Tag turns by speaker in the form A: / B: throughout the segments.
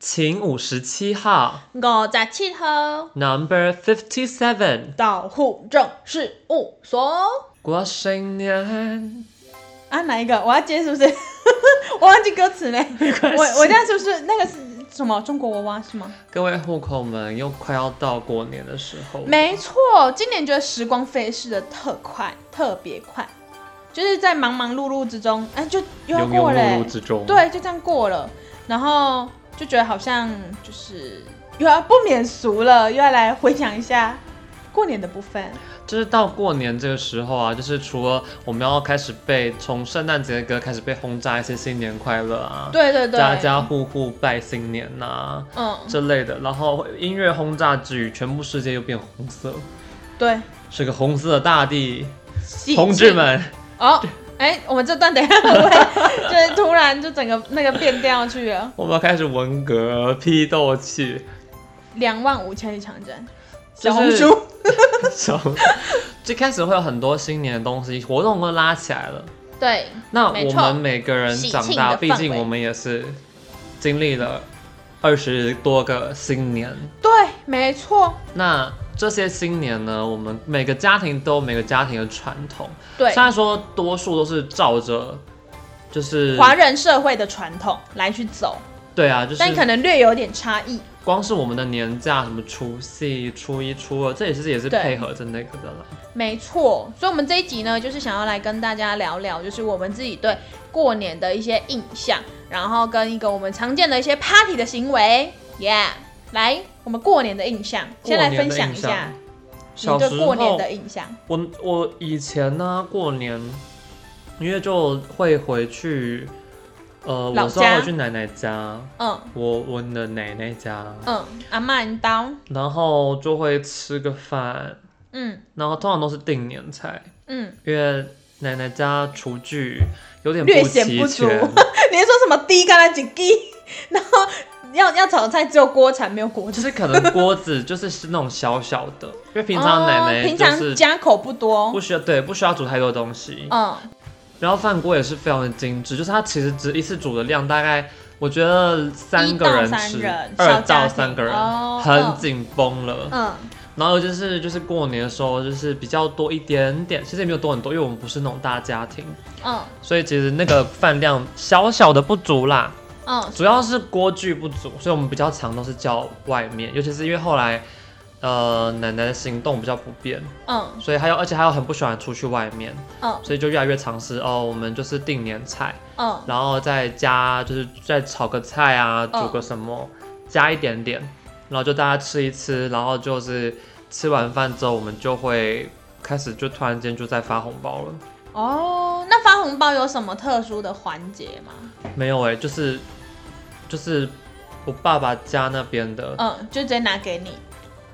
A: 请五十七号
B: 五十七号
A: ，Number Fifty Seven。
B: 到户政事务所。
A: 我新年
B: 啊，哪一个？我要接是不是？ 我忘记歌词嘞。
A: 关系
B: 我我这样是不是那个是什么中国娃娃是吗？
A: 各位户口们又快要到过年的时候，
B: 没错，今年觉得时光飞逝的特快，特别快，就是在忙忙碌碌之中，哎、就又要
A: 庸
B: 过
A: 庸
B: 了、
A: 碌碌之中，，
B: 对，就这样过了，然后就觉得好像就是又要不免俗了，又要来回想一下过年的部分。
A: 就是到过年这个时候啊，就是除了我们要开始被从圣诞节的歌开始被轰炸一些新年快乐啊，
B: 对对对，
A: 家家户户拜新年呐、
B: 嗯，
A: 这类的，然后音乐轰炸之余，全部世界又变红色，
B: 对，
A: 是个红色的大地。
B: 喜
A: 同志
B: 庆
A: 们，
B: 哦。哎、我们这段等一下会不会就是突然就整个那个变调去了？
A: 我们要开始文革批斗去，
B: 两万五千里长征，
A: 就
B: 小红
A: 是
B: 书，
A: 小红书 最开始会有很多新年的东西，活动都拉起来了。
B: 对，
A: 那
B: 没
A: 我
B: 错
A: 们每个人
B: 喜
A: 长
B: 庆
A: 大，
B: 的
A: 毕
B: 氛
A: 竟
B: 围
A: 我们也是经历了二十多个新年。
B: 对，没错，
A: 那这些新年呢，我们每个家庭都有每个家庭的传统。
B: 对
A: 虽，然说多数都是照着，就是
B: 华人社会的传统来去走，
A: 对啊，就是
B: 但可能略有点差异。
A: 光是我们的年假，什么除夕、初一、初二，这也是也是
B: 对
A: 配合着那个的啦。
B: 没错，所以我们这一集呢，就是想要来跟大家聊聊，就是我们自己对过年的一些印象，然后跟一个我们常见的一些 party 的行为，Yeah，来，我们过年的印象，先来分享一
A: 过
B: 下
A: 年
B: 你
A: 小时
B: 对过年
A: 候，
B: 的印象。
A: 我我以前呢、过年，因为就会回去，呃，
B: 老
A: 我是要
B: 家
A: 回去奶奶家，
B: 嗯
A: 我我的奶奶家，
B: 嗯，阿曼刀，
A: 然后就会吃个饭，
B: 嗯
A: 然后通常都是订年菜，
B: 嗯，
A: 因为奶奶家厨具有点
B: 略显
A: 齐
B: 不足
A: 全，
B: 你是说什么滴干了几滴， 然后要要炒菜只有锅铲没有 锅
A: 就
B: 铲，
A: 是可能锅子就是是那种小小的，因为平常奶
B: 哦
A: 奶
B: 平
A: 就
B: 常
A: 是
B: 家口不
A: 不
B: 多，
A: 需要对不需要煮太多东西，
B: 嗯
A: 然后饭锅也是非常的精致，就是它其实只一次煮的量大概我觉得三个人
B: 一到三
A: 吃
B: 人，
A: 二
B: 小家
A: 到
B: 庭
A: 三个人、
B: 哦
A: 很紧绷了。
B: 嗯
A: 然后就是就是过年的时候就是比较多一点点，其实也没有多很多，因为我们不是那种大家庭，
B: 嗯
A: 所以其实那个饭量小小的不足啦。
B: 嗯，
A: 主要是锅具不足，所以我们比较常都是叫外面，尤其是因为后来，呃，奶奶的行动比较不便，
B: 嗯
A: 所以还有而且还有很不喜欢出去外面，
B: 嗯
A: 所以就越来越尝试哦，我们就是订年菜，
B: 嗯，
A: 然后在家就是再炒个菜啊，
B: 嗯
A: 煮个什么，加一点点，然后就大家吃一吃，然后就是吃完饭之后，我们就会开始就突然间就在发红包了。
B: 哦，那发红包有什么特殊的环节吗？
A: 没有哎、就是就是我爸爸家那边的，
B: 嗯，就直接拿给你。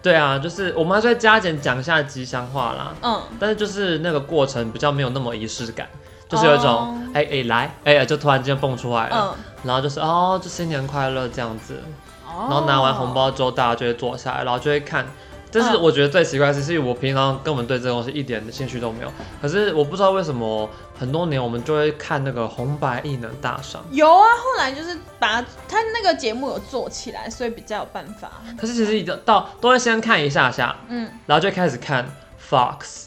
A: 对啊，就是我们还是会加减讲一下吉祥话啦，
B: 嗯，
A: 但是就是那个过程比较没有那么仪式感，就是有一种
B: 哦
A: 哎哎、来哎、哎就突然间蹦出来了，
B: 嗯，
A: 然后就是哦就新年快乐这样子，
B: 然
A: 然后拿完红，包之后大家就会坐下来，然后就会看。但是
B: 哦嗯
A: 我觉得最奇怪的是，是因为我平常根本对这东西一点兴趣都没有，可是我不知道为什么很多年我们就会看那个红白艺能大赏。
B: 有啊，后来就是把他那个节目有做起来，所以比较有办法。
A: 可是其实已经到都会先看一下下，
B: 嗯，
A: 然后就开始看 Fox，、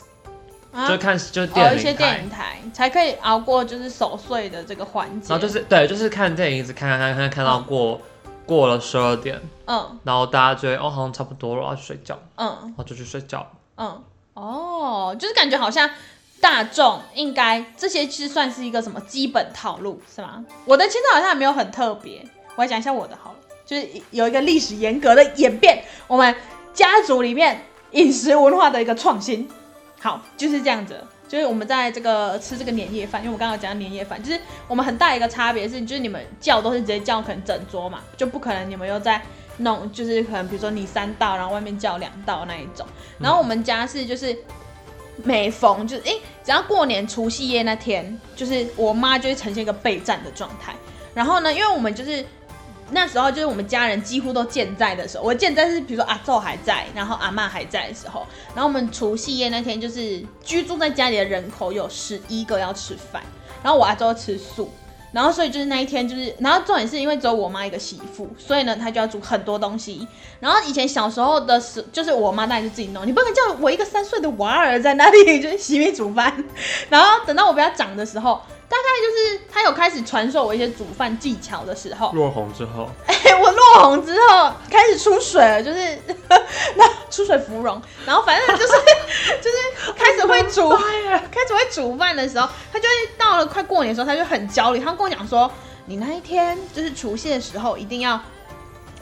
B: 啊
A: 就看就是
B: 哦
A: 电
B: 一些
A: 影
B: 电
A: 台，
B: 影台才可以熬过就是守岁的这个环节。
A: 然后就是对，就是看电影一直看看看看看到过、过了十二点，
B: 嗯
A: 然后大家觉得哦好像差不多了，要去睡觉，
B: 嗯
A: 然后就去睡觉。
B: 嗯，哦，就是感觉好像。大众应该这些其实算是一个什么基本套路是吗？我的其实好像也没有很特别，我来讲一下我的好了，就是有一个历史严格的演变，我们家族里面饮食文化的一个创新。好，就是这样子，就是我们在这个吃这个年夜饭，因为我刚刚有讲到年夜饭，就是我们很大一个差别是，就是你们叫都是直接叫，可能整桌嘛，就不可能你们又在弄，就是可能比如说你三道，然后外面叫两道那一种。然后我们家是就是每逢就是诶、只要过年除夕夜那天，就是我妈就会呈现一个备战的状态。然后呢，因为我们就是那时候就是我们家人几乎都健在的时候，我健在是比如说阿昼还在，然后阿嬷还在的时候，然后我们除夕夜那天就是居住在家里的人口有十一个要吃饭，然后我阿昼吃素，然后所以就是那一天就是，然后重点是因为只有我妈一个媳妇，所以呢她就要煮很多东西。然后以前小时候的时，就是我妈当然就自己弄，你不能叫我一个三岁的娃儿在那里就是洗米煮饭。 然后等到我比较长的时候，大概就是她有开始传授我一些煮饭技巧的时候，
A: 落红之后，
B: 嘿，我落红之后开始出水了，就是那出水芙蓉，然后反正就是就是开始会煮，开始会煮饭的时候，他就会到了快过年的时候，他就很焦虑，他跟我讲说，你那一天就是除夕的时候一定要。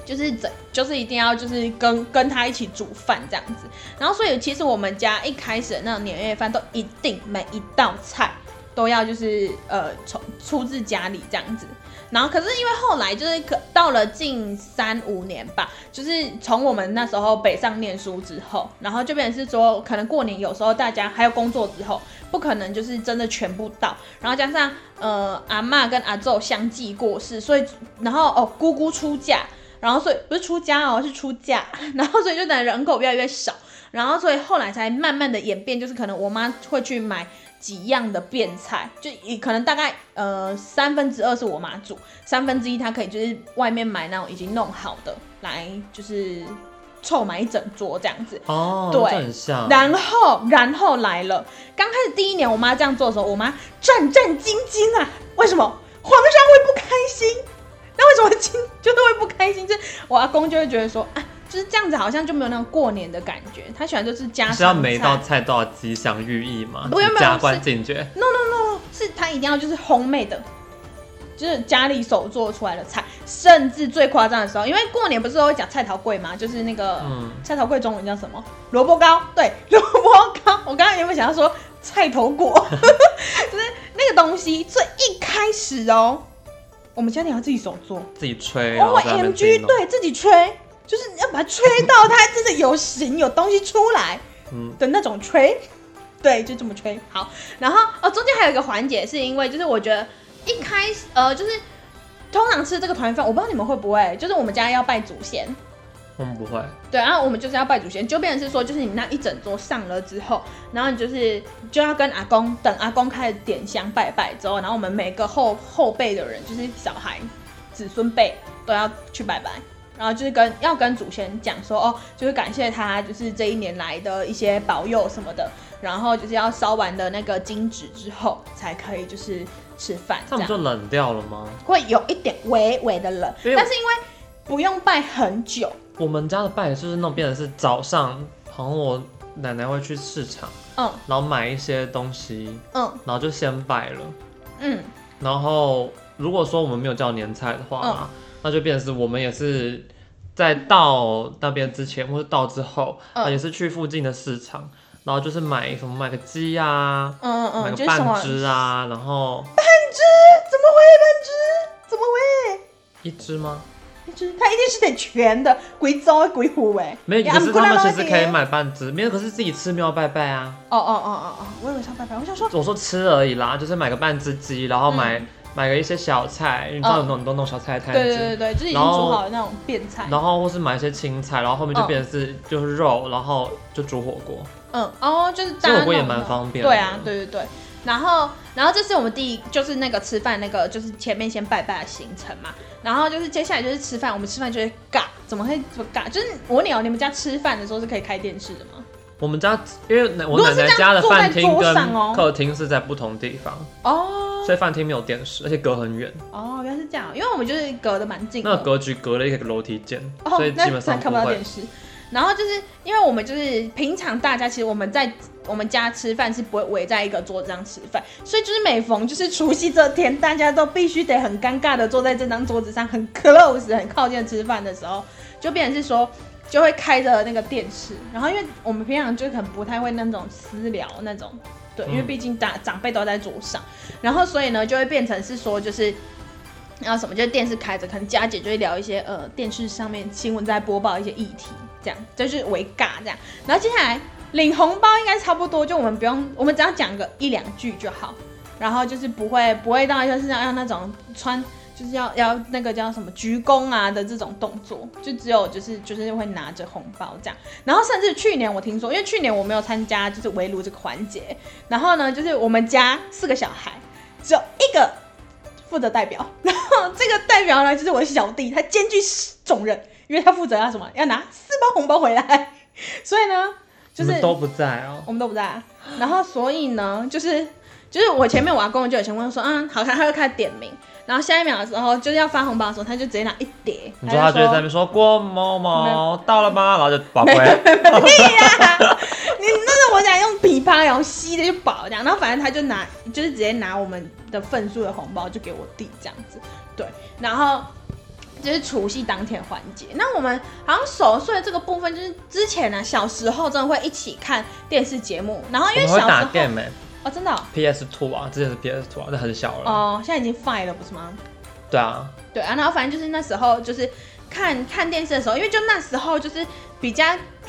B: 就是整，就是一定要就是跟跟他一起煮饭这样子，然后所以其实我们家一开始的那种年夜饭都一定每一道菜都要就是呃从出自家里这样子，然后可是因为后来就是可到了近三五年吧，就是从我们那时候北上念书之后，然后就变成是说，可能过年有时候大家还有工作之后，不可能就是真的全部到，然后加上呃阿嬷跟阿昼相继过世，所以然后哦姑姑出嫁，然后所以不是出家哦是出嫁， 然后所以就等人口越来越少，然后所以后来才慢慢的演变，就是可能我妈会去买。几样的变菜，就以可能大概呃三分之二是我妈煮，三分之一她可以就是外面买那种已经弄好的来，就是凑买一整桌这样子。
A: 哦，
B: 对
A: 这很像，
B: 然后，然后来了。刚开始第一年，我妈这样做的时候，我妈战战兢兢啊。为什么皇上会不开心？那为什么 亲就是会不开心？就是我阿公就会觉得说，啊，就是这样子，好像就没有那种过年的感觉。他喜欢就是家常
A: 是要每一
B: 菜
A: 道菜都有吉祥寓意嘛？
B: 不用不用
A: 加官进爵，
B: No No No，是他一定要就是烘焙的，就是家里手做出来的菜，甚至最夸张的时候，因为过年不是都会讲菜头粿嘛，就是那个、
A: 嗯，
B: 菜头粿中文叫什么？萝卜糕，对， 萝卜糕。我刚刚原本想要说菜头果， 就是那个东西最一开始哦，我们家里要自己手做。
A: 自己吹，然
B: O
A: 后在那边
B: M
A: 哦自己
B: G，
A: 弄，
B: 对自己吹，就是要把它吹到它真的有形有东西出来。
A: 嗯，
B: 的那种吹，对，就这么吹。好，然后哦，中间还有一个环节，是因为就是我觉得一开始呃，就是通常吃这个团圆饭，我不知道你们会不会，就是我们家要拜祖先，
A: 我们不会，
B: 对，然后我们就是要拜祖先，就变成是说，就是你那一整桌上了之后，然后你就是就要跟阿公等阿公开始点香拜拜之后，然后我们每个后后辈的人，就是小孩、子孙辈都要去拜拜，然后就是跟要跟祖先讲说，哦，就是感谢他，就是这一年来的一些保佑什么的，然后就是要烧完的那个金纸之后，才可以就是吃饭，
A: 这样不
B: 这样
A: 就冷掉了吗？
B: 会有一点微微的冷，
A: 因为
B: 但是因为不用拜很久。
A: 我们家的拜就是那种变成是早上，好像我奶奶会去市场，
B: 嗯
A: 然后买一些东西，
B: 嗯
A: 然后就先拜了。
B: 嗯，
A: 然后如果说我们没有叫年菜的话
B: 嗯
A: 啦，那就变成是我们也是在到那边之前或者到之后，
B: 嗯
A: 那也是去附近的市场，然后就是买什么买个鸡啊，
B: 嗯嗯
A: 买个
B: 嗯，就是什么哎
A: 半只啊，然后
B: 怎么会半只？怎么会？
A: 一只吗？
B: 一只，它一定是得全的，鬼糟鬼虎哎。
A: 没有，
B: 呀
A: 可是他们其
B: 不
A: 实
B: 然
A: 可以
B: 的话
A: 买半只，没有，可是自己吃没有拜拜啊。
B: 哦哦哦哦哦，我以为是要拜拜，我想说，
A: 我说吃而已啦，就是买个半只鸡，然后买、买个一些小菜，你知道有那种很多那种小菜摊
B: 嗯对
A: 子，
B: 对对对，就是已经煮好的那种便菜。
A: 然后或是买一些青菜，然后后面就
B: 嗯
A: 变成是就是肉，然后就煮火锅。
B: 嗯，哦，就是
A: 这
B: 大家
A: 火锅也
B: 弄的
A: 蛮方便的
B: 对啊，对对对。然后，然后这是我们第一，就是那个吃饭那个，就是前面先拜拜的行程嘛。然后就是接下来就是吃饭，我们吃饭就会尬，怎么会怎么尬？就是我问你哦，你们家吃饭的时候是可以开电视的吗？
A: 我们家因为我
B: 如
A: 奶
B: 果是这样
A: 奶家的饭厅
B: 坐
A: 跟
B: 在桌上哦
A: 客厅是在不同地方，
B: 哦
A: 所以饭厅没有电视，而且隔很远，
B: 哦，原来是这样，因为我们就是隔得蛮近的。
A: 那个格局隔了一个楼梯间，
B: 哦，
A: 所以
B: 那
A: 基本上
B: 看
A: 不
B: 不到
A: 会
B: 电。视。然后就是因为我们就是平常大家其实我们在我们家吃饭是不会围在一个桌子上吃饭，所以就是每逢就是除夕这天，大家都必须得很尴尬的坐在这张桌子上，很 close 很靠近地吃饭的时候，就变成是说就会开着那个电视，然后因为我们平常就可能不太会那种私聊那种，对，因为
A: 嗯
B: 毕竟大长辈都在桌上，然后所以呢就会变成是说就是。然后什么就是电视开着，可能佳姐就会聊一些呃电视上面新闻在播报一些议题，这样就是围尬这样。然后接下来领红包应该差不多，就我们不用，我们只要讲个一两句就好，然后就是不会不会到就是要要那种穿就是要要那个叫什么鞠躬啊的这种动作，就只有就是就是会拿着红包这样。然后甚至去年我听说，因为去年我没有参加就是围炉这个环节，然后呢就是我们家四个小孩只有一个负责代表，然后这个代表呢就是我的小弟，他兼具重任，因为他负责要什么，要拿四包红包回来，所以呢，就
A: 你
B: 是
A: 们都不在哦。
B: 我们都不在啊、然后所以呢，就是就是我前面我阿公就有先问说，嗯，好看，他就开始点名，然后下一秒的时候就是要发红包的时候，他就直接拿一叠，
A: 你说他就
B: 就嗯
A: 在那边说郭某某到了吗？然后就宝贝，
B: 啊你那是我想用琵琶，然后吸的就饱这样，然后反正他就拿，就是直接拿我们的份数的红包就给我弟这样子，对，然后就是除夕当天环节。那我们好像守岁这个部分，就是之前呢、啊小时候真的会一起看电视节目，然后因
A: 我
B: 为
A: 们
B: 小
A: 会
B: 时
A: 打
B: 候
A: game 哎
B: 哦，真的哦
A: ，PS Two 啊，之前是 PS Two 啊，那很小了。
B: 哦，现在已经 five 了不是吗？
A: 对啊，
B: 对啊，然后反正就是那时候就是看看电视的时候，因为就那时候就是比较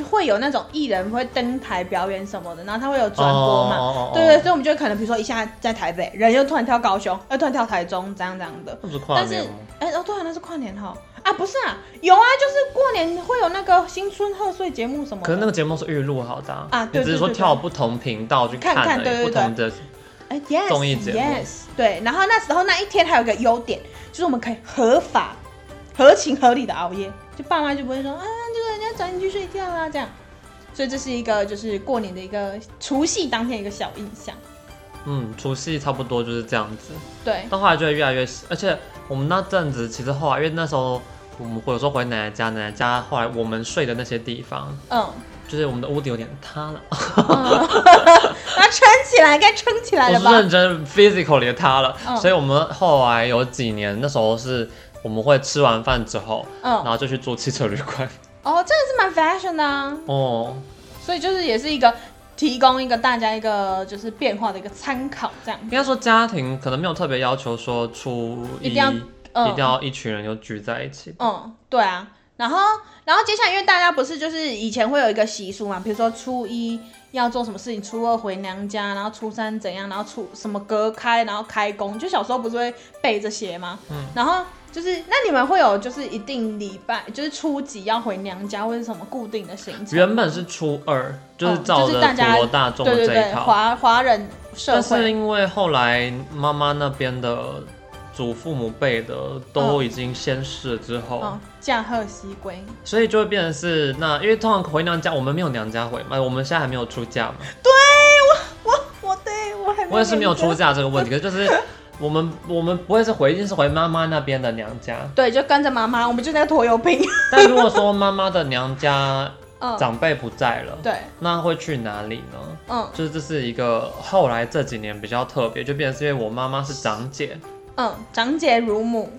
B: 会有那种艺人会登台表演什么的，然后他会有转播嘛，
A: 嘛
B: 对对，，所以我们就可能比如说一下在台北，人又突然跳高雄，又突然跳台中，这样这样的。
A: 那不是跨
B: 但是
A: 年吗？，
B: 哎、哦，对啊，那是跨年哈啊，不是啊，有啊，就是过年会有那个新春贺岁节目什么的。
A: 可是那个节目是预录好的
B: 啊
A: 你
B: 对
A: 只是说
B: 对对对
A: 跳不同频道去
B: 看看
A: 而已
B: 对对
A: 不
B: 对
A: 同的
B: 哎，yes，
A: 综艺节目
B: yes，对。然后那时候那一天还有一个优点，就是我们可以合法、合情合理的熬夜，就爸妈就不会说啊，就是人家早点去睡觉啊这样。所以这是一个就是过年的一个除夕当天一个小印象，
A: 嗯，除夕差不多就是这样子，
B: 对，
A: 到后来就会越来越少，而且我们那阵子其实后来，因为那时候我们有时候回奶奶家，奶奶家后来我们睡的那些地方，
B: 嗯，
A: 就是我们的屋顶有点塌了，
B: 嗯把它撑起来，该撑起来
A: 我
B: 了
A: 是
B: 吧？
A: 认真 physical 的塌了，
B: 嗯
A: 所以我们后来有几年那时候是我们会吃完饭之后，然
B: 嗯，
A: 后就去住汽车旅馆，
B: 哦，真的是蛮 fashion 的、啊，
A: 哦，
B: 所以就是也是一个提供一个大家一个就是变化的一个参考，这样
A: 应。该说家庭可能没有特别要求说初一
B: 一定要嗯，
A: 一定要一群人又聚在一起，
B: 嗯，对啊。然后，然后接下来，因为大家不是就是以前会有一个习俗嘛，比如说初一要做什么事情，初二回娘家，然后初三怎样，然后初什么隔开，然后开工，就小时候不是会背这些吗？
A: 嗯。
B: 然后就是，那你们会有就是一定礼拜，就是初几要回娘家，或者什么固定的行程？
A: 原本是初二，就是
B: 嗯
A: 照着
B: 就是大
A: 普
B: 家
A: 罗大众
B: 对
A: 的
B: 对
A: 这一
B: 对，
A: 套，
B: 华华人社
A: 但是
B: 会，
A: 因为后来妈妈那边的祖父母辈的都已经先逝之后，
B: 嗯，驾鹤西归。
A: 所以就会变成是那，因为通常回娘家，我们没有娘家回嘛，我们现在还没有出嫁嘛，
B: 我对我还
A: 我也是没有
B: 出
A: 出嫁这个问题，可是就是我们我们不会是回，一定是回妈妈那边的娘家。
B: 对，就跟着妈妈，我们就那个拖油瓶。
A: 但如果说妈妈的娘家
B: 嗯，
A: 长辈不在了，
B: 对，
A: 那会去哪里呢？
B: 嗯
A: 就是这是一个后来这几年比较特别，就变成是因为我妈妈是长姐，
B: 嗯，长姐如母。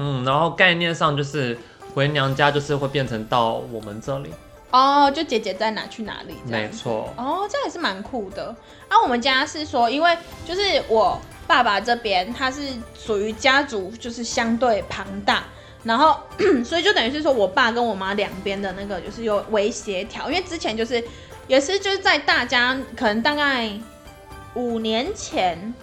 A: 嗯，然后概念上就是回娘家就是会变成到我们这里，
B: 哦，就姐姐在哪去哪里这
A: 没
B: 样。
A: 错，
B: 哦，这样也是蛮酷的。啊，我们家是说，因为就是我爸爸这边他是属于家族，就是相对庞大，然后 所以就等于是说我爸跟我妈两边的那个就是有微协调，因为之前就是也是就是在大家可能大概五年前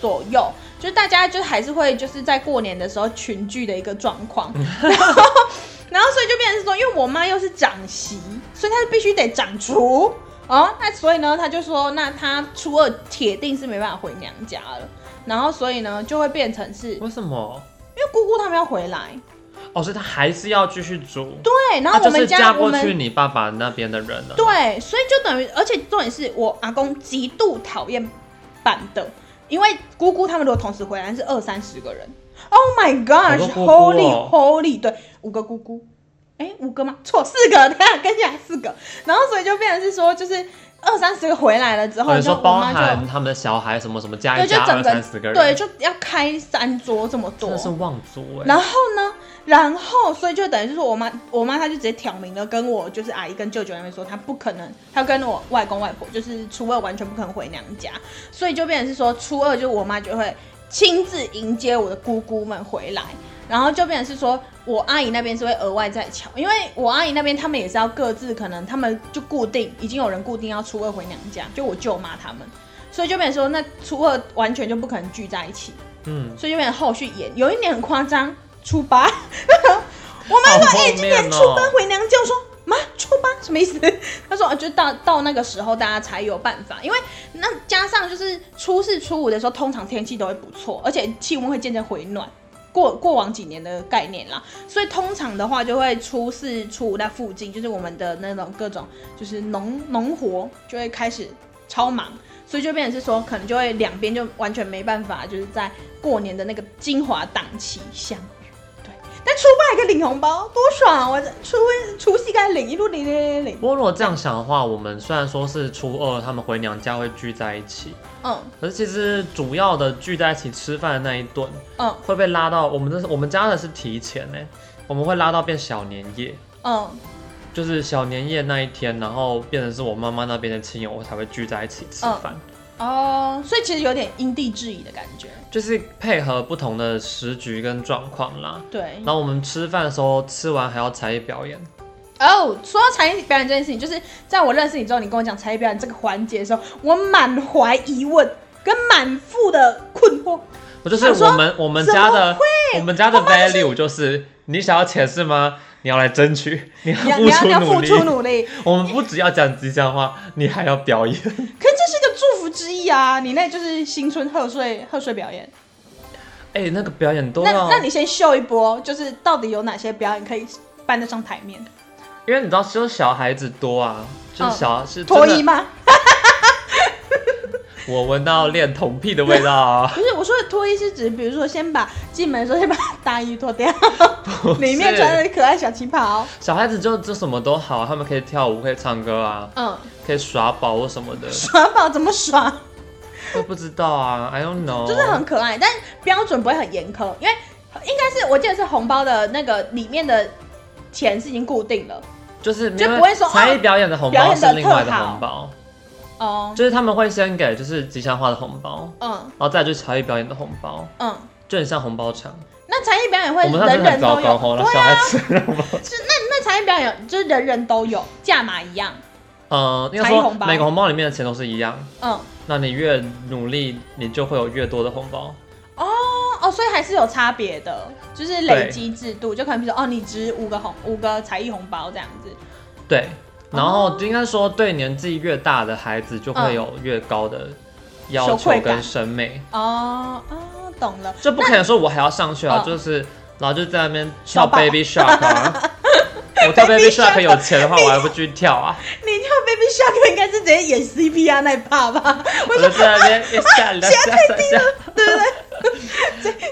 B: 左右，就是大家就还是会就是在过年的时候群聚的一个状况，
A: 嗯
B: 然后然后所以就变成是说，因为我妈又是长媳，所以她必须得长厨哦，那所以呢，她就说，那她初二铁定是没办法回娘家了，然后所以呢就会变成是因
A: 为什么？
B: 为姑姑他们要回来，
A: 哦，所以她还是要继续煮，
B: 对，然
A: 她
B: 后
A: 啊
B: 我
A: 就是
B: 们
A: 嫁
B: 家我
A: 过
B: 们
A: 去你爸爸那边的人了，
B: 对，所以就等于，而且重点是我阿公极度讨厌板凳，因为姑姑他们如果同时回来是二三十个人。Oh my
A: 好多姑姑
B: gosh，Holy
A: 哦
B: Holy，对，五个姑姑，哎、五个吗？错，四个，等一下跟起来四个，然后所以就变成是说，就是二三十个回来了之后，
A: 或者
B: 就
A: 哦说
B: 我
A: 包
B: 妈
A: 含
B: 就
A: 他们的小孩什么什么加
B: 对，
A: 一
B: 就
A: 加
B: 整
A: 二三
B: 个
A: 十个人，
B: 对，就要开三桌这么多，
A: 真的是望族哎、
B: 然后呢，然后所以就等于是说我妈，我妈她就直接挑明了，跟我就是阿姨跟舅舅那边说，她不可能，她跟我外公外婆就是初二完全不可能回娘家，所以就变成是说初二就我妈就会亲自迎接我的姑姑们回来。然后就变成是说，我阿姨那边是会额外再瞧，因为我阿姨那边他们也是要各自可能他们就固定已经有人固定要初二回娘家，就我舅妈他们，所以就变成说那初二完全就不可能聚在一起，
A: 嗯，
B: 所以就变成后续演。有一年很夸张，初八，我
A: 好
B: 妈说：“哎、
A: 后
B: 今年
A: 面
B: 初八
A: 哦
B: 回娘家。”哦我说：“妈，初八什么意思？”她说：“啊，就到到那个时候大家才有办法，因为那加上就是初四、初五的时候，通常天气都会不错，而且气温会渐渐回暖。过过往几年的概念啦，所以通常的话就会初四、初五那附近，就是我们的那种各种就是农农活就会开始超忙，所以就变成是说，可能就会两边就完全没办法，就是在过年的那个精华档期相遇。对，但初八还可以领红包，多爽、啊！我这初除夕该领，一路领领领领领。
A: 不过如果这样想的话，我们虽然说是初二他们回娘家会聚在一起，
B: 嗯
A: 可是其实主要的聚在一起吃饭的那一顿
B: 嗯
A: 会被拉到我们的我们家的是提前呢、我们会拉到变小年夜，
B: 嗯，
A: 就是小年夜那一天，然后变成是我妈妈那边的亲友才会聚在一起吃
B: 嗯
A: 饭，
B: 哦，所以其实有点因地制宜的感觉。
A: 就是配合不同的时局跟状况啦。
B: 对，
A: 然后我们吃饭的时候，吃完还要才艺表演，
B: 哦，说到才艺表演这件事情，就是在我认识你之后，你跟我讲才艺表演这个环节的时候，我满怀疑问跟满腹的困惑。
A: 我就是
B: 想说
A: 我们我们家
B: 怎
A: 的我们家的 value 就是你想要钱是吗？你要来争取， 你要
B: 你要你要你要
A: 付出努
B: 付
A: 力。
B: 出努力，可
A: 我们不只要讲吉祥话，你还要表演。
B: 这是一个祝福之意啊！你那就是新春贺岁贺岁表演。
A: 哎、那个表演都
B: 那
A: 要
B: 那，你先秀一波，就是到底有哪些表演可以搬得上台面？
A: 因为你知道，就是小孩子多啊，就是小、是
B: 嗯脱
A: 真
B: 衣
A: 的。
B: 吗？
A: 我闻到恋童癖的味道啊！
B: 不是，我说的脱衣是指，比如说先把进门的时候先把大衣脱掉， 里面穿着可爱小旗袍。
A: 小孩子就就什么都好，他们可以跳舞，可以唱歌啊，
B: 嗯，
A: 可以耍宝或什么的，
B: 耍宝怎么耍？
A: 我不知道啊，I don't know。
B: 就是很可爱，但标准不会很严苛，因为应该是我记得是红包的那个里面的钱是已经固定了
A: 就是
B: 就
A: 因为
B: 不会说
A: 才艺
B: 哦
A: 表演的红
B: 表
A: 包
B: 演
A: 是
B: 的
A: 另外
B: 特
A: 的
B: 好
A: 红包，
B: 哦，
A: 就是他们会先给就是吉祥话的红包，
B: 嗯
A: 然后再来就是才艺表演的红包，
B: 嗯，
A: 就很像红包墙。
B: 那才艺表演会
A: 我们那
B: 人
A: 真的很
B: 人
A: 糟
B: 都
A: 糕
B: 有，
A: 哦，那
B: 对
A: 小
B: 啊，
A: 孩子 让我们
B: 那才艺表演就是人人都有，价码一样，
A: 嗯，应该
B: 才艺
A: 说
B: 红包
A: 每个红包里面的钱都是一样，
B: 嗯
A: 那你越努力，你就会有越多的红包。
B: 哦哦，所以还是有差别的，就是累积制度，就可能比如说哦，你值五个红五个才艺红包这样子，
A: 对，然
B: 哦
A: 后应该说对年纪越大的孩子就会有越高的要
B: 嗯羞
A: 求
B: 愧感
A: 跟审美，
B: 哦哦，懂了，
A: 就不可能说我还要上去啊，
B: 嗯
A: 就是然后就在那边
B: 小
A: 跳
B: 宝
A: Baby Shark 啊。 我跳
B: Baby
A: Baby Shark
B: Shark
A: 有钱的话，我还不去跳 啊！
B: 你跳 Baby Shark 应该是直接演 CPR 那一趴吧，
A: 我就在那边一 下两下三下，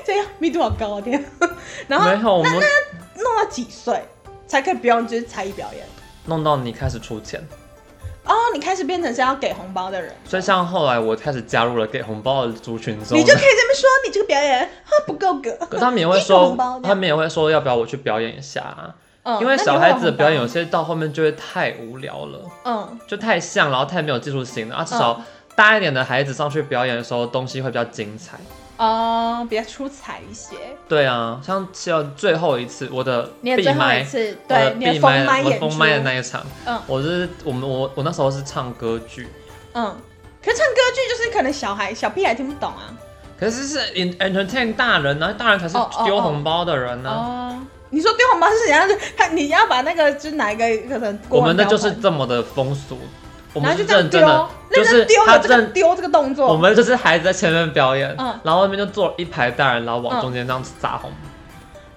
B: 这样 密度好高啊，天啊，然后
A: 没有我们
B: 弄到几岁才可以不用就是才艺表演？
A: 弄到你开始出钱。
B: 哦，你开始变成是要给红包的人，
A: 所以像后来我开始加入了给红包的族群之后
B: 你
A: 呢，
B: 就可以这么说你这个表演啊不够格。
A: 可他们也会
B: 一个
A: 说
B: 红包，这样
A: 他们也会说要不要我去表演一下、啊，
B: 嗯
A: 因为小孩子的表演有，
B: 那你会
A: 些到后面就会太无聊了，
B: 有红包嗯，
A: 就太像，然后太没有技术性了啊。至
B: 哦
A: 少大一点的孩子上去表演的时候，东西会比较精彩。
B: 哦，比较出彩一些。
A: 对啊，像像最后一次我的
B: 你的
A: 闭
B: 最后一
A: 麦，
B: 次，
A: 我的
B: 对
A: 闭
B: 你的封麦
A: 麦，我
B: 演出，
A: 封麦的那一场，
B: 嗯
A: 我是我们我我那时候是唱歌剧，
B: 嗯，可是唱歌剧就是可能小孩小屁孩听不懂啊。
A: 可是是 en- entertain 大人啊，大人才是
B: 哦哦
A: 丢
B: 哦
A: 红包的人啊呢、
B: 哦，你说丢红包是怎样？就他你要把那个就是哪一个可能
A: 我
B: 锅碗
A: 们的
B: 瓢
A: 就是
B: 盆
A: 这么的风俗，我
B: 然
A: 们
B: 后
A: 是
B: 就这样
A: 认
B: 丢
A: 真的，，就
B: 认
A: 是
B: 真丢
A: 他
B: 了这个
A: 认，
B: 丢这个动作。
A: 我们就是孩子在前面表演，
B: 嗯
A: 然后外面就坐了一排大人，然后往
B: 嗯
A: 中间这样子撒红。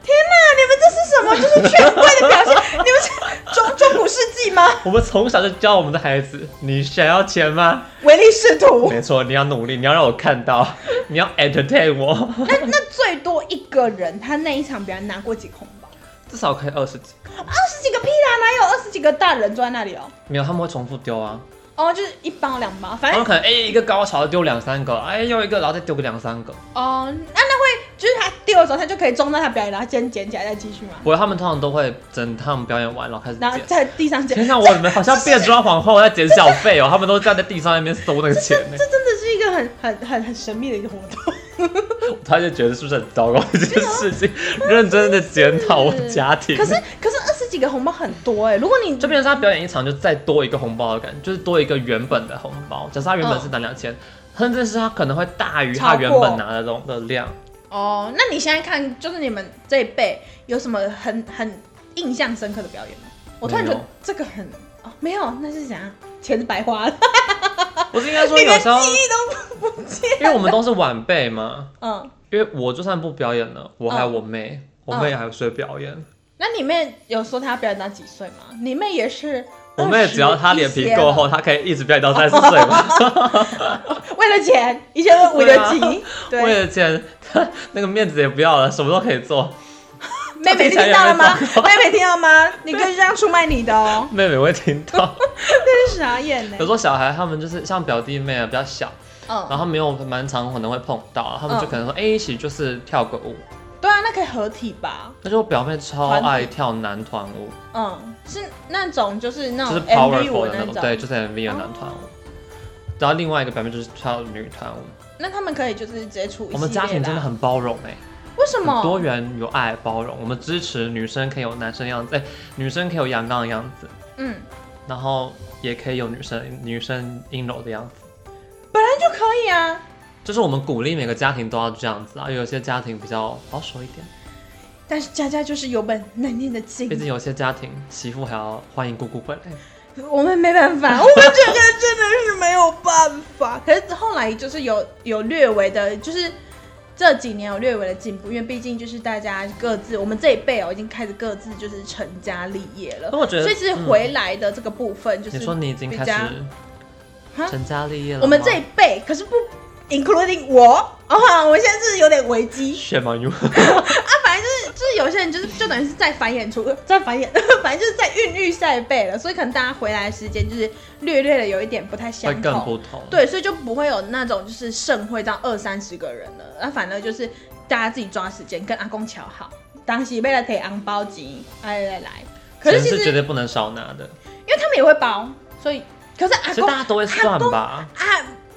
B: 天哪，你们这是 什么？就是权贵的表现？你们是中中古世纪吗？
A: 我们从小就教我们的孩子，你想要钱吗？
B: 唯利是图。
A: 没错，你要努力，你要让我看到，你要 entertain 我，
B: 那那最多一个人，他那一场表演拿过几个红包？
A: 至少可以二十几。
B: 二十几个屁啦，哪有二十几个大人坐在那里哦？
A: 没有，他们会重复丢啊，
B: 哦，就是一包两包，
A: 他
B: 反正
A: 们可能哎、一个高潮丢两三个，哎又一个，然后再丢个两三个。
B: 哦，那那会就是他丢的时候，他就可以中断他表演，然后先捡起来再继续嘛，
A: 不过他们通常都会整趟表演完，然后开始
B: 然后
A: 捡。
B: 在地上捡。
A: 天哪，我们好像变装皇后在捡小费哦，他 们都站在地上那边搜那个钱呢。
B: 这真的是一个很很很很神秘的一个活动。
A: 他就觉得是不是很糟糕这件事 情，认真的检讨我的家庭。
B: 可是可是二十几个红包很多哎、如果你
A: 就变成他表演一场就再多一个红包的感觉，就是多一个原本的红包。假设他原
B: 嗯
A: 本是拿两千，甚至是他可能会大于他原本拿的东的量。
B: 哦，那你现在看，就是你们这一辈有什么很很印象深刻的表演吗？我突然觉得
A: 没有
B: 这个很哦，没有，那是怎样？钱是白花的，
A: 不是应该说
B: 你
A: 有
B: 连
A: 时候，
B: 记忆都不不见。
A: 因为我们都是晚辈嘛，
B: 嗯，
A: 因为我就算不表演了，我还有我妹，我妹还会表演，
B: 那你妹有说她表演到几岁吗？你妹也是，
A: 我妹只要她脸皮够，
B: 嗯
A: 厚，她可以一直表演到三十岁嘛。
B: 为了钱，一切都为了
A: 对啊
B: 急。
A: 为
B: 对，
A: 了钱，她 那个面子也不要了，什么都可以做。
B: 妹妹
A: 听起来
B: 听到了 吗？
A: 有点糟
B: 妹妹听到吗？你哥是这样出卖你的哦，
A: 妹妹会听 到，
B: 真是傻眼呢
A: 有时。候小孩他们就是像表弟妹啊，比较小，然
B: 嗯，
A: 后没有蛮常可能会碰到，他们就可能说，哎、一起就是跳个舞。
B: 对啊，那可以合体吧？
A: 但是我表妹超
B: 团体
A: 爱跳男团舞，
B: 嗯，是那种就是那
A: 就是
B: 种 MV 舞
A: powerful 的那种，
B: 种。哦
A: 对，就是 MV 的男团舞。然后另外一个表妹就是跳女团舞。
B: 那他们可以就是直接出一系列
A: 我们家庭真的
B: 啦
A: 很包容哎、
B: 为什么
A: 很多元有爱包容，我们支持女生可以有男生样子，哎、女生可以有阳刚的样子，
B: 嗯，
A: 然后也可以有女生女生阴柔的样子。
B: 那就可以啊。
A: 就是我们鼓励每个家庭都要这样子啊，有些家庭比较保守一点，
B: 但是佳佳就是有本难念的经
A: 毕，竟有些家庭媳妇还要欢迎姑姑
B: 哎
A: 回来。
B: 我们没 办法，我们这个真的是没有办法。可是后来就是有有略微的，就是这几年有略微的进步，因为毕竟就是大家各自，我们这一辈哦已经开始各自就是成家立业了
A: 那，我觉得，
B: 所以其实
A: 嗯
B: 回来的这个部分就是
A: 你说你已经开
B: 比较
A: 始
B: 哈
A: 成家立业了吗，
B: 我们这一辈，可是不 including 我啊，我现在是有点危机。
A: 血毛 you，
B: 反正就是就是有些人就是就等于是在繁衍出，在繁衍， 反正就是在孕育下一辈了，所以可能大家回来的时间就是略略的有一点不太
A: 会
B: 相
A: 更
B: 同。
A: 不同。，
B: 对，所以就不会有那种就是盛会到二三十个人了，那反正就是大家自己抓时间跟阿公瞧好，当时为了可以昂包机，哎来来来，可
A: 钱
B: 是其
A: 是
B: 实
A: 绝
B: 因
A: 对不能少拿的，
B: 为他们也会包，所以可是阿
A: 其实
B: 公
A: 大家都会算吧。
B: 啊，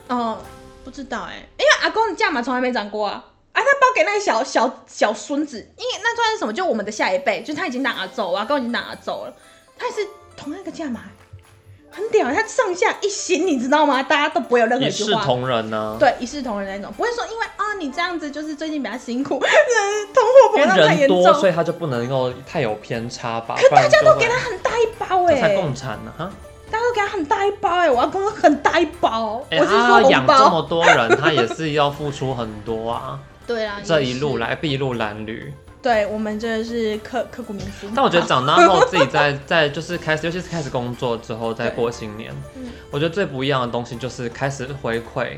B: 哦，不知道哎、因为阿公的价码从来没涨过啊。啊，他包给那个小小小孙子，因为那算是什么？就我们的下一辈，就是他已经当阿走，我阿公已经当阿走了，他也是同样一个价码，很屌欸，他上下一心，你知道吗？大家都不会有任何
A: 一
B: 一句
A: 视
B: 话，
A: 同仁啊呢、
B: 对，一视同仁那种，不会说因为啊、你这样子就是最近比较辛苦，通货
A: 因
B: 膨
A: 为
B: 胀太
A: 人
B: 严重，
A: 多，所
B: 可
A: 以他就不能够太有偏差吧。不
B: 大
A: 然
B: 家
A: 就
B: 都
A: 会
B: 给他很大一包哎、
A: 这才共产呢、哈！
B: 大家都给他很大一包哎、我阿公很大一包，
A: 哎、
B: 我是
A: 他
B: 说
A: 养
B: 红
A: 这
B: 包，
A: 么多人，他也是要付出很多 啊。
B: 对啊，
A: 这
B: 也
A: 一
B: 是
A: 路来筚路蓝缕，
B: 对我们真的是刻刻骨铭心。
A: 但我觉得
B: 好
A: 长大后自己 在在就是开始，尤其是开始工作之后，再
B: 对
A: 过新年
B: 嗯，
A: 我觉得最不一样的东西就是开始回馈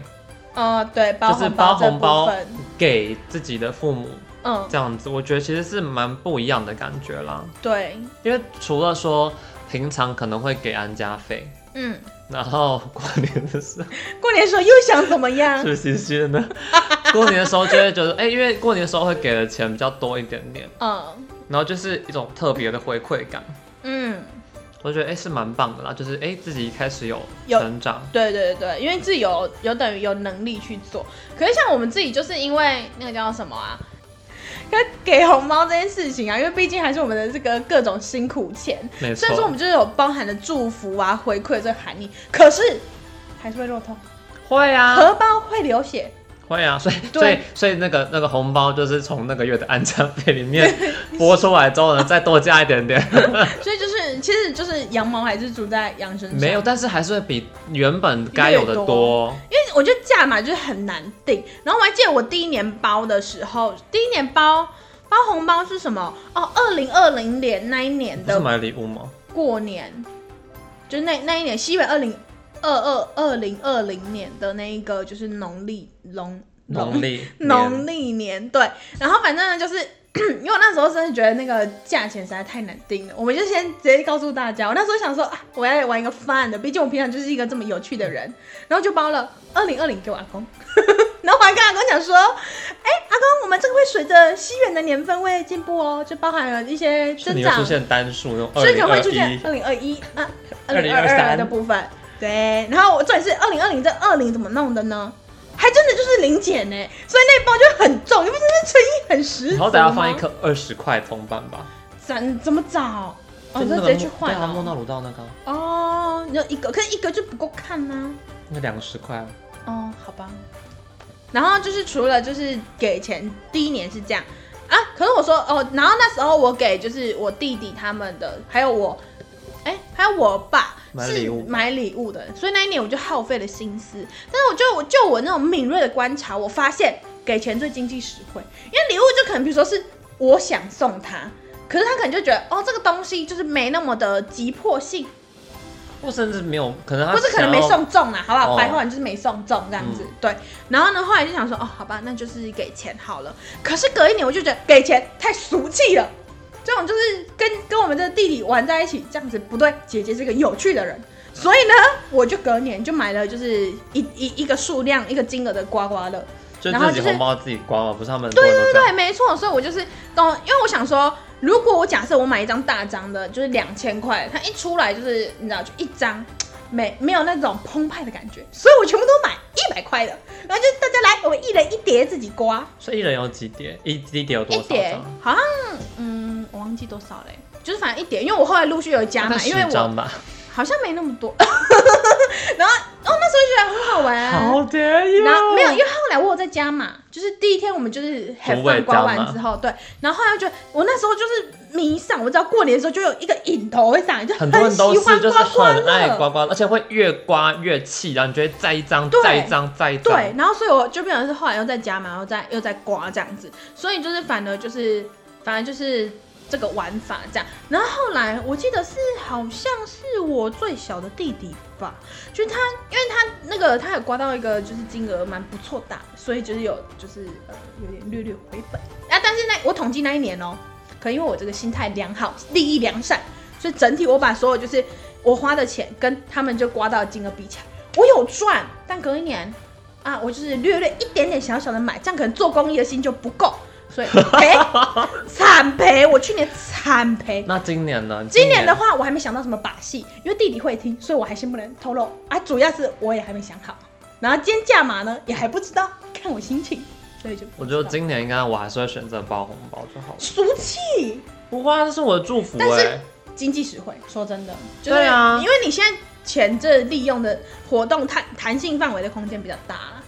B: 呃，对，包
A: 就是
B: 红包
A: 包
B: 这
A: 红包
B: 部分，
A: 给自己的父母，
B: 嗯，
A: 这样子，我觉得其实是蛮不一样的感觉啦。
B: 对，
A: 因为除了说平常可能会给安家费，
B: 嗯，
A: 然后过年的时候。
B: 过年的时候又想怎么 样？
A: 是新鲜 的。过年的时候就会觉得，哎、因为过年的时候会给的钱比较多一点点，
B: 嗯
A: 然后就是一种特别的回馈感，
B: 嗯，
A: 我觉得哎、是蛮棒的啦，就是哎、自己开始有
B: 有
A: 成长，
B: 对对对，因为自己有有等于有能力去做。可是像我们自己，就是因为那个叫什么啊？可是给红包这件事情啊，因为毕竟还是我们的这个各种辛苦钱，
A: 没
B: 虽然说我
A: 错，
B: 们就是有包含了祝福啊、回馈这个含义，可是还是会落痛，
A: 会啊，
B: 荷包会流血，
A: 会啊，所以
B: 对
A: 所以所以那个那个红包就是从那个月的安家费里面拨出来之后呢，再多加一点点，
B: 所以就是其实就是羊毛还是住在羊身上，
A: 没有，但是还是会比原本该有的
B: 略
A: 多，
B: 因为我觉得价码就是很难定。然后我还记得我第一年包的时候，第一年包包红包是什么？哦，二零二零年那一年
A: 不是
B: 的
A: 买礼物吗？
B: 过年，就是那那一年，西元二零二二二零二零年的那一个就是农历农
A: 农历
B: 农
A: 历
B: 历年对，然后反正呢就是 因为我那时候真的觉得那个价钱实在太难定了，我们就先直接告诉大家，我那时候想说啊，我要来玩一个 fun 的，毕竟我平常就是一个这么有趣的人，然后就包了二零二零给我阿公， 然后我还跟阿公讲说，哎、阿公，我们这个会随着西元的年份会进步哦，就包含了一些
A: 是
B: 增
A: 你会出
B: 长，啊
A: 现单数那种二
B: 所以可
A: 零
B: 能
A: 二
B: 会出现
A: 一，
B: 二零二一啊，二零二
A: 2023
B: 二的部分，对，然后我重点是二零二零这二零怎么弄的呢？还真的就是零减呢，所以那一包就很重，因为真是诚意很十足
A: 然
B: 吗。
A: 后大家放一颗二十块铜板吧。
B: 怎怎么找？哦，
A: 就
B: 你
A: 那
B: 就
A: 个
B: 直接去
A: 莫
B: 换
A: 对啊，莫
B: 哦。
A: 纳鲁道那个啊
B: 哦，你就一个，可是一个就不够看呐、
A: 那两十块啊，
B: 哦，好吧。然后就是除了就是给钱，第一年是这样啊。可是我说哦，然后那时候我给就是我弟弟他们的，还有我，哎、还有我爸，
A: 买
B: 是
A: 礼物，
B: 买礼物的，所以那一年我就耗费了心思。但是我就我就我那种敏锐的观察，我发现给钱最经济实惠，因为礼物就可能比如说是我想送他，可是他可能就觉得哦这个东西就是没那么的急迫性，
A: 或甚至没有，可能他
B: 或是可能没
A: 想要
B: 送中啊，好不好？
A: 哦嗯
B: 白话文就是没送中这样子。对，然后呢，后来就想说，哦，好吧，那就是给钱好了。可是隔一年我就觉得给钱太俗气了，这种就是跟跟我们这弟弟玩在一起这样子不对。姐姐是个有趣的人，所以呢，我就隔年就买了就是一一一个数量一个金额的刮刮乐。
A: 就
B: 然后
A: 自己
B: 就是
A: 红包自己刮嘛，不是他们很多人都这
B: 对，
A: 样。
B: 没错，所以我就是跟我，因为我想说，如果我假设我买一张大张的，就是两千块，它一出来就是你知道，就一张，没没有那种澎湃的感觉，所以我全部都买一百块的，然后就大家来，我们一人一碟自己刮，
A: 所以一人有几叠？一一叠有多
B: 一
A: 少
B: 碟
A: 张？
B: 好像嗯，我忘记多少嘞、就是反正一点，因为我后来陆续有
A: 大
B: 加
A: 概
B: 买，因为
A: 啊十
B: 我
A: 张吧。
B: 好像没那么多， 然后哦那时候就觉得很好玩、
A: 好便宜
B: 呃然后
A: 哦！
B: 没有，因为后来我有在加码，就是第一天我们就是很
A: 不会
B: 放刮
A: 加
B: 完
A: 码
B: 之后，对，然后后来就我那时候就是迷上，我知道过年的时候就有一个瘾头会上来，就
A: 很多人都
B: 喜欢
A: 是就是
B: 刮刮
A: 很爱
B: 乐，
A: 刮刮乐，而且会越刮越气，然后你就会再一张
B: 对
A: 再一张再一张。
B: 对，，然后所以我就变成是后来又在加码，然后再又在刮这样子，所以就是反而就是反而就是这个玩法这样。然后后来我记得是好像是我最小的弟弟吧，就是他，因为他那个他有刮到一个就是金额蛮不错大的，所以就是有就是呃有点略略回本啊。但是那我统计那一年哦、可能因为我这个心态良好，利益良善，所以整体我把所有就是我花的钱跟他们就刮到的金额比起来，我有赚，但隔一年啊，我就是略略一点点小小的买，这样可能做公益的心就不够，所以 赔惨赔，我去年惨赔。
A: 那今年呢？
B: 今年的话，我还没想到什么把戏，因为弟弟会听，所以我还先不能透露啊。主要是我也还没想好，然后今天价码呢也还不知道，看我心情，所以就不
A: 我
B: 知
A: 觉
B: 道
A: 得今年应该我还是会选择包红包就好了。
B: 俗气。
A: 不过啊这是我的祝福
B: 但
A: 哎、
B: 是经济实惠。说真的，就是
A: 对啊
B: 因为你现在钱这利用的活动弹弹性范围的空间比较大啦，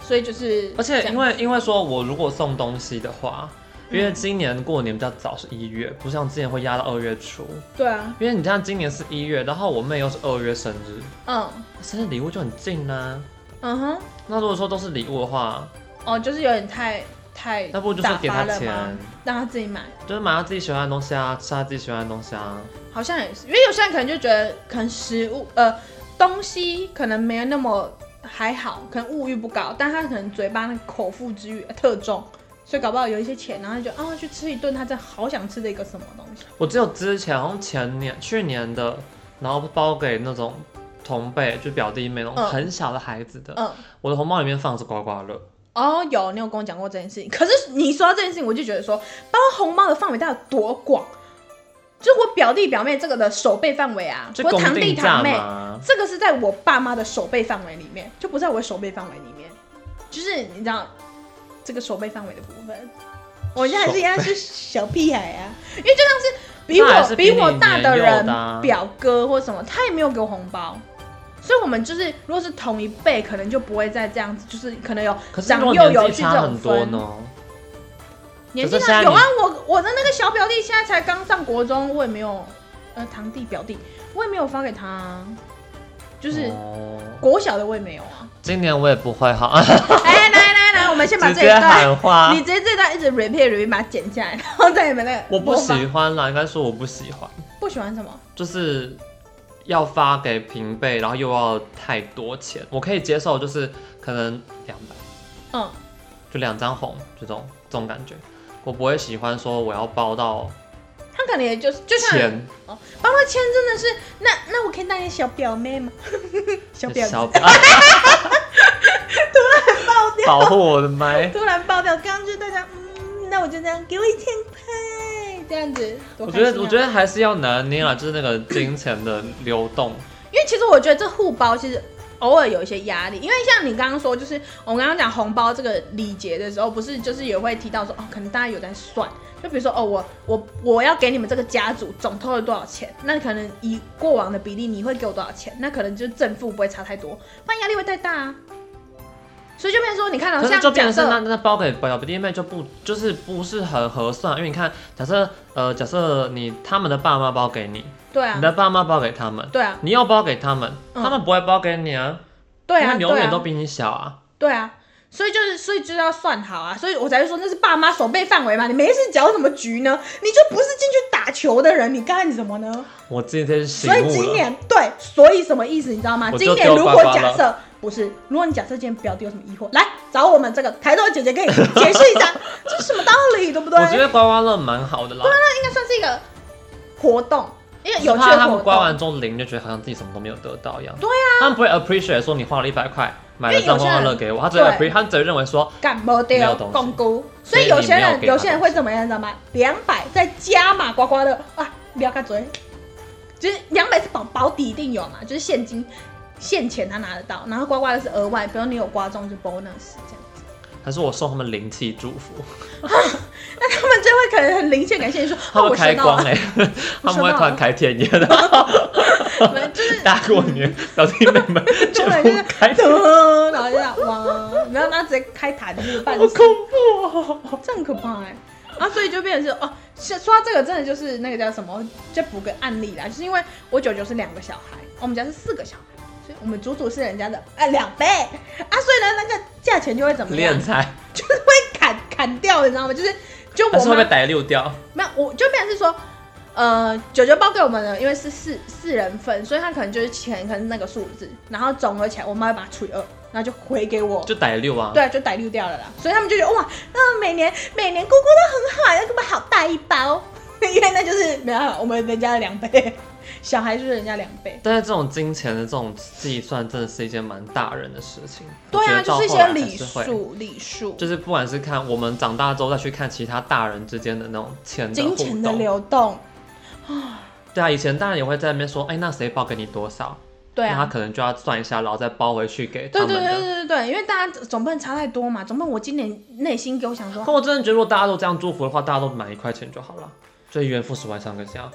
B: 所以就是
A: 而且
B: 这样嗯
A: 因为因为说我如果送东西的话，因为今年过年比较早，是一月，不像之前会压到二月初。
B: 对啊，
A: 因为你像今年是一月，然后我妹又是二月生日，
B: 嗯
A: 生日礼物就很近啦、
B: 嗯哼，
A: 那如果说都是礼物的话，
B: 哦，就是有点太太
A: 那不如就
B: 打
A: 是给
B: 发
A: 她
B: 了吗
A: 钱？
B: 让他自己买。
A: 就是买她自己喜欢的东西啊，吃她自己喜欢的东西啊。
B: 好像也是，因为有些人可能就觉得，可能食物呃东西可能没有那么还好，可能物欲不高，但他可能嘴巴那个口腹之欲呃特重，所以搞不好有一些钱，然后他就啊、去吃一顿他真的好想吃的一个什么东西。
A: 我只有之前好像前年、去年的，然后包给那种同辈，就表弟妹那种
B: 嗯
A: 很小的孩子的，
B: 嗯，
A: 我的红包里面放的是刮刮乐。
B: 哦，有你有跟我讲过这件事情，可是你说到这件事情，我就觉得说包红包的范围到底有多广，就是我表弟表妹这个的手背范围啊，
A: 就
B: 我
A: 公
B: 堂弟
A: 定
B: 堂
A: 价
B: 妹。
A: 嘛，
B: 这个是在我爸妈的手背范围里面，就不在我手背范围里面，就是你知道这个手背范围的部分，我现在还是一样是小屁孩啊，因为就像是比
A: 那还是
B: 我
A: 比你
B: 我大的
A: 年
B: 人
A: 幼的啊
B: 表哥或什么，他也没有给我红包。所以，我们就是，如果是同一辈，可能就不会再这样子，就是可能有
A: 可是如
B: 长
A: 果
B: 幼
A: 年
B: 有
A: 纪
B: 序
A: 差
B: 这种
A: 很多
B: 分。
A: 呢，
B: 年纪
A: 可是
B: 上
A: 现在
B: 有啊
A: 你，
B: 我我的那个小表弟现在才刚上国中，我也没有，呃，堂弟表弟，我也没有发给他、啊，就是
A: 哦
B: 国小的我也没有 啊。
A: 今年我也不会 哈，
B: 哎，来来来，我们先把
A: 直
B: 这一
A: 接
B: 段，
A: 喊啊话
B: 你，直接这段一直 repeat repeat 把它剪下来，然后在你们那个
A: 我不
B: 播放
A: 喜欢啦，应该说我不喜欢，
B: 不喜欢什么？
A: 就是要发给平辈，然后又要太多钱，我可以接受，就是可能两百，
B: 嗯，
A: 就两张红这种这种感觉，我不会喜欢说我要包 到
B: 他可能也就是就像
A: 钱，
B: 哦，包括签真的是，那那我可以当你小表妹吗？ 小 表
A: 小
B: 妹
A: 表，保护我的麦。
B: 突然爆掉，刚刚就大家嗯，那我就这样给我一千块，这样子， 多
A: 我
B: 开
A: 觉
B: 心啊
A: 得，我觉得还是要拿捏啦，就是那个金钱的流动。
B: 因为其实我觉得这互包其实偶尔有一些压力，因为像你刚刚说，就是我们刚刚讲红包这个礼节的时候，不是就是也会提到说，哦，可能大家有在算，就比如说，哦，我我我要给你们这个家族总投了多少钱，那可能以过往的比例，你会给我多少钱，那可能就正负不会差太多，不然压力会太大啊。所以就变成说，你看到
A: 可是
B: 像
A: 就变成
B: 假
A: 是那
B: 设，
A: 那包给表弟妹就不就是不是很合算，因为你看，假设呃假设你他们的爸妈包给你，
B: 对啊
A: 你，的爸妈包给他们，
B: 对啊，
A: 你又包给他们，
B: 嗯
A: 他们不会包给你啊，
B: 对
A: 因
B: 啊，
A: 为你永
B: 对
A: 远都
B: 啊，
A: 比你小啊。
B: 对啊。所以就是，所以就是要算好啊，所以我才会说那是爸妈手背范围嘛。你没事搅什么局呢？你就不是进去打球的人，你干什么呢？
A: 我今天醒
B: 所以
A: 悟
B: 今
A: 了，
B: 年对，所以什么意思你知道吗？
A: 我就
B: 今年
A: 丢
B: 如
A: 八
B: 果
A: 八
B: 假
A: 了
B: 设不是，如果你假设今天表弟有什么疑惑，来找我们这个台豆姐姐可以解释 一下，这是什么道理，对不对？
A: 我觉得刮刮乐蛮好的啦，
B: 应该算是一个活动，一个啊有趣
A: 怕
B: 的
A: 他
B: 活
A: 们刮完
B: 动。
A: 之后零就觉得好像自己什么都没有得到一样。
B: 对
A: 啊，他们不会 appreciate 说你花了一百块买了
B: 因为有
A: 张刮刮
B: 些人
A: 乐给我，他只会 appreciate，
B: 对
A: 他只会认为说
B: 干不
A: 没
B: 掉
A: 有东西
B: 共估，
A: 所
B: 所
A: 以
B: 以有
A: 你
B: 些
A: 没有
B: 人
A: 给
B: 有
A: 他
B: 些人
A: 东
B: 会怎么样，你知道吗？两百再加码刮刮乐啊，不要看嘴，就是两百是保保底一定有嘛，就是现金现钱他拿得到，然后刮刮乐是额外，比如你有刮中就 bonus 这样。
A: 还是我送他们灵气祝福，
B: 那他们就会可能很灵性感谢你说，
A: 他
B: 哦，
A: 们
B: 我
A: 开
B: 学到
A: 光
B: 了，
A: 哎、他们会突然开天眼，
B: 就是
A: 大过年表弟妹们全
B: 对，
A: 部
B: 就是
A: 开，
B: 噔，然后就这样哇，然后然后直接开塔就是半
A: 好
B: 死，
A: 恐怖哦！
B: 这很可怕哎、啊，所以就变成是哦，是说到这个，真的就是那个叫什么，就补个案例啦，就是因为我舅舅是两个小孩，我们家是四个小孩，所以我们足足是人家的哎两倍啊，所以呢，那个价钱就会怎么样
A: 敛，财，
B: 就是会砍砍掉，你知道吗？就是就
A: 但
B: 我
A: 是会
B: 妈
A: 被逮溜掉。
B: 没有，我就变成是说，呃，九九包给我们的，因为是四四人份，所以他可能就是钱，可能是那个数字，然后总额起来，我妈会把它除以二，然后就回给我。
A: 就逮六啊。，
B: 对，就逮溜掉了啦，所以他们就觉得哇，那每年每年姑姑都很好，要给我们好大一包， 因为那就是没办法，我们人家的两倍，小孩就是人家两倍。
A: 但是这种金钱的这种计算，真的是一件蛮大人的事情。
B: 对
A: 我觉
B: 啊，
A: 得到
B: 就是一
A: 后
B: 些
A: 来还
B: 礼
A: 是会，
B: 数，礼数，
A: 就是不管是看我们长大之后再去看其他大人之间的那种钱的互
B: 金
A: 动，
B: 钱的流动，
A: 对啊，以前大人也会在那边说，哎、那谁包给你多少？
B: 对
A: 那他
B: 啊。
A: 可能就要算一下，然后再包回去给他
B: 对
A: 们的。
B: 对对对对对，因为大家总不能差太多嘛，总不能我今年内心给 我想说，
A: 可我真的觉得，如果大家都这样祝福的话，大家都买一块钱就好了，就一元复始，万象更香。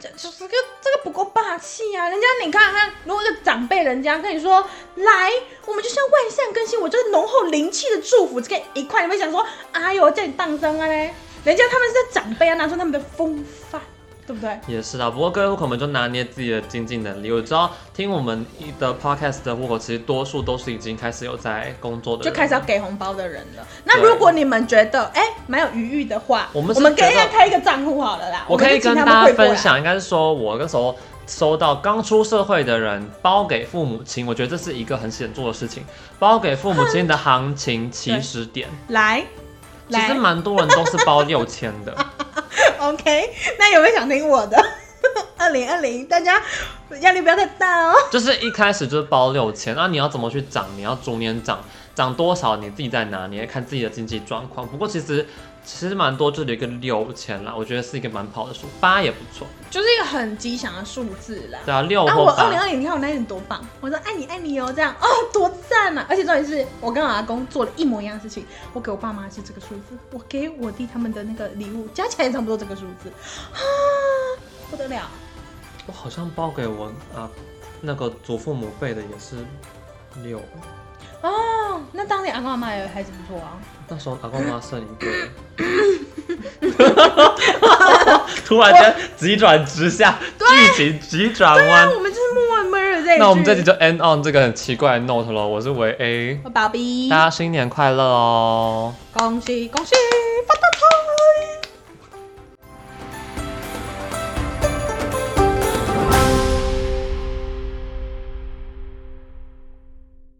B: 这就是个这个不够霸气啊！人家你看看，如果一个长辈人家跟你说来，我们就像万象更新，我这浓厚灵气的祝福，这个一块，你会想说，哎呦，叫你当真啊嘞！人家他们是在长辈啊，拿出他们的风范，对不对？
A: 也是啦，不过各位户口们就拿捏自己的经济能力。我知道听我们的 podcast 的户口，其实多数都是已经开始有在工作的
B: 就
A: 人，
B: 开始要给红包的人了。那
A: 对
B: 如果你们觉得哎蛮有余裕的话，
A: 我
B: 我
A: 们是
B: 们跟人
A: 觉
B: 家
A: 得
B: 开一个账户好了啦。
A: 我可以
B: 们就请
A: 跟
B: 他们
A: 大
B: 汇
A: 家
B: 过来
A: 分，享，应该是说我那时候收到刚出社会的人包给父母亲，我觉得这是一个很显著的事情。包给父母亲的行 情起始点，
B: 来
A: 其实
B: 来
A: 蛮多人都是包六千的，
B: ，OK？那有 没有想听我的？ 二零二零，大家压力不要太大哦。
A: 就是一开始就是包六千，那你要怎么去涨？你要逐年涨，涨多少你自己在拿捏，看自己的经济状况。不过其实其实蛮多，就留一个六千啦，我觉得是一个蛮跑的数，八也不错。
B: 就是一个很吉祥的数字啦。
A: 对啊，六
B: 啊，
A: 或
B: 我二零
A: 八，
B: 二零，你看我那一年多棒！我说爱你爱你哦，这样哦，多赞啊！而且重点是我跟我阿公做了一模一样的事情，我给我爸妈是这个数字，我给我弟他们的那个礼物加起来也差不多这个数字，啊，不得了！
A: 我好像包给我啊那个祖父母辈的也是六。
B: 哦，那当年阿公阿妈也还是不错啊，
A: 那时候阿公妈剩一个， 突然间急转直下，剧情急转弯
B: 啊那。我们就是默默的在
A: 那我们这集就 end on 这个很奇怪的 note 了。我是维 A，
B: 我爸比
A: 大，家新年快乐哦！
B: 恭喜恭喜，发大财！